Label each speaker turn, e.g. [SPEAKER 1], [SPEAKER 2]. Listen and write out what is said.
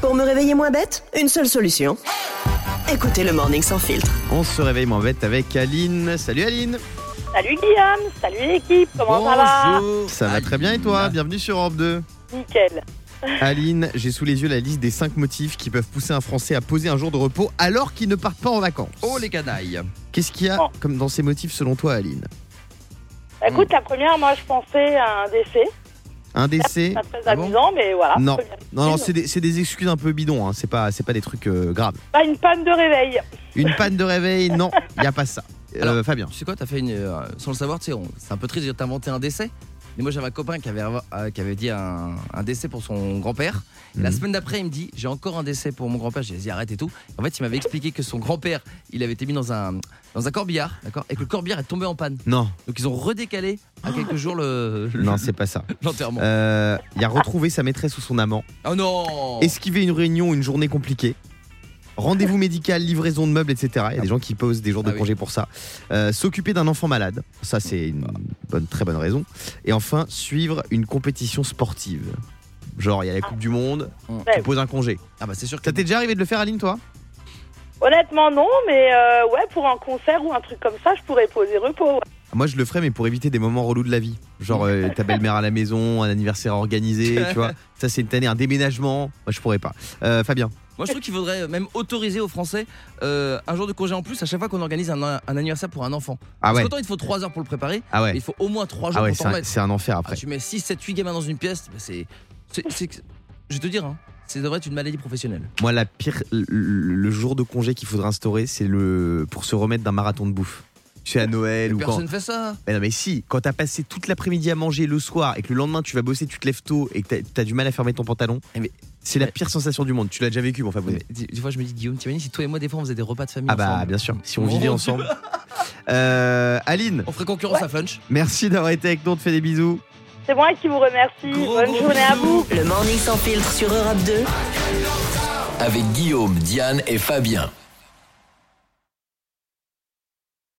[SPEAKER 1] Pour me réveiller moins bête, une seule solution. Écoutez le Morning sans filtre.
[SPEAKER 2] On se réveille moins bête avec Aline. Salut Aline.
[SPEAKER 3] Salut Guillaume, salut l'équipe, comment ça va
[SPEAKER 2] Bonjour. Ça va très bien et toi Bienvenue sur Europe 2.
[SPEAKER 3] Nickel.
[SPEAKER 2] Aline, j'ai sous les yeux la liste des 5 motifs qui peuvent pousser un Français à poser un jour de repos alors qu'il ne part pas en vacances.
[SPEAKER 4] Oh les Oh. canailles
[SPEAKER 2] Qu'est-ce qu'il y a comme dans ces motifs selon toi Aline
[SPEAKER 3] Bah, Écoute, la première, moi je pensais à un décès.
[SPEAKER 2] Un décès
[SPEAKER 3] Pas très
[SPEAKER 4] Ah bon
[SPEAKER 3] amusant, mais voilà.
[SPEAKER 2] Non,
[SPEAKER 3] première.
[SPEAKER 2] non, non c'est des, c'est des excuses un peu bidons, hein. c'est pas, c'est pas des trucs euh, graves.
[SPEAKER 3] Pas une panne de réveil.
[SPEAKER 2] Une panne de réveil, non, il n'y a pas ça. Euh,
[SPEAKER 4] Alors-
[SPEAKER 2] Fabien,
[SPEAKER 4] Tu sais quoi, t'as fait une. euh, sans le savoir, tu sais, on- c'est un peu triste de t'inventer un décès. Mais moi, j'avais un copain qui avait, euh, qui avait dit un, un décès pour son grand-père. Et La
[SPEAKER 2] Mhm.
[SPEAKER 4] semaine d'après, il me dit J'ai encore un décès pour mon grand-père. J'ai dit Arrête et tout. En fait, il m'avait expliqué que son grand-père, il avait été mis dans un, dans un corbillard, d'accord Et que le corbillard est tombé en panne.
[SPEAKER 2] non,
[SPEAKER 4] Donc, ils ont redécalé à quelques jours le. le-
[SPEAKER 2] Ah. non, c'est pas ça.
[SPEAKER 4] L'enterrement.
[SPEAKER 2] Euh, Il y a retrouvé sa maîtresse ou son amant.
[SPEAKER 4] Oh non
[SPEAKER 2] Esquiver une réunion ou une journée compliquée. Rendez-vous médical, livraison de meubles, etc. Il y a des gens qui posent des jours de
[SPEAKER 4] Ah oui.
[SPEAKER 2] congé pour ça. Euh, S'occuper d'un enfant malade, ça c'est une bonne, très bonne raison. Et enfin, suivre une compétition sportive. Genre, il y a la Coupe du Monde, tu
[SPEAKER 3] Ouais.
[SPEAKER 2] poses un congé.
[SPEAKER 4] Ah bah, c'est sûr que.
[SPEAKER 2] Ça t'est déjà arrivé de le faire, Aline, toi
[SPEAKER 3] Honnêtement, non, mais euh, ouais, pour un concert ou un truc comme ça, je pourrais poser repos.
[SPEAKER 2] Moi, je le ferais, mais pour éviter des moments relous de la vie. Genre, euh, ta belle-mère à la maison, un anniversaire organisé, tu vois. Ça, c'est une année, un déménagement. Moi, je pourrais pas. Euh, Fabien,
[SPEAKER 4] Moi, je trouve qu'il faudrait même autoriser aux Français euh, un jour de congé en plus à chaque fois qu'on organise un, un anniversaire pour un enfant.
[SPEAKER 2] ah
[SPEAKER 4] Parce
[SPEAKER 2] ouais,
[SPEAKER 4] qu'autant il te faut 3 heures pour le préparer,
[SPEAKER 2] ah
[SPEAKER 4] mais
[SPEAKER 2] ouais,
[SPEAKER 4] il faut au moins 3 jours
[SPEAKER 2] ah ouais,
[SPEAKER 4] pour
[SPEAKER 2] c'est
[SPEAKER 4] t'en
[SPEAKER 2] un,
[SPEAKER 4] mettre.
[SPEAKER 2] c'est un enfer
[SPEAKER 4] Ah,
[SPEAKER 2] après.
[SPEAKER 4] tu mets 6, 7, 8 gamins dans une pièce, bah, c'est. c'est- c'est- Je vais te dire, hein, ça devrait être une maladie professionnelle.
[SPEAKER 2] Moi, la pire, le, le jour de congé qu'il faudrait instaurer, c'est le pour se remettre d'un marathon de bouffe. Tu sais, à Noël ou quand.
[SPEAKER 4] Personne fait ça.
[SPEAKER 2] Mais non, mais si, quand t'as passé toute l'après-midi à manger le soir et que le lendemain tu vas bosser, tu te lèves tôt et que t'as- t'as du mal à fermer ton pantalon,
[SPEAKER 4] Eh mais-
[SPEAKER 2] c'est la
[SPEAKER 4] mais-
[SPEAKER 2] pire sensation du monde. Tu l'as déjà vécu, mon Fabien.
[SPEAKER 4] Mais Des des fois, je me dis, Guillaume, t'imagines si toi et moi, des fois, on faisait des repas de famille
[SPEAKER 2] Ah bah,
[SPEAKER 4] ensemble.
[SPEAKER 2] bien sûr, si on
[SPEAKER 4] Mon
[SPEAKER 2] vivait
[SPEAKER 4] Dieu.
[SPEAKER 2] ensemble. Euh, Aline,
[SPEAKER 4] On ferait concurrence à Funch.
[SPEAKER 2] merci d'avoir été avec nous, on te fait des bisous.
[SPEAKER 3] C'est moi qui vous remercie.
[SPEAKER 4] Gros,
[SPEAKER 3] Bonne
[SPEAKER 4] gros
[SPEAKER 3] journée à
[SPEAKER 4] bisous.
[SPEAKER 3] vous.
[SPEAKER 1] Le Morning sans filtre sur Europe 2.
[SPEAKER 5] Avec Guillaume, Diane et Fabien.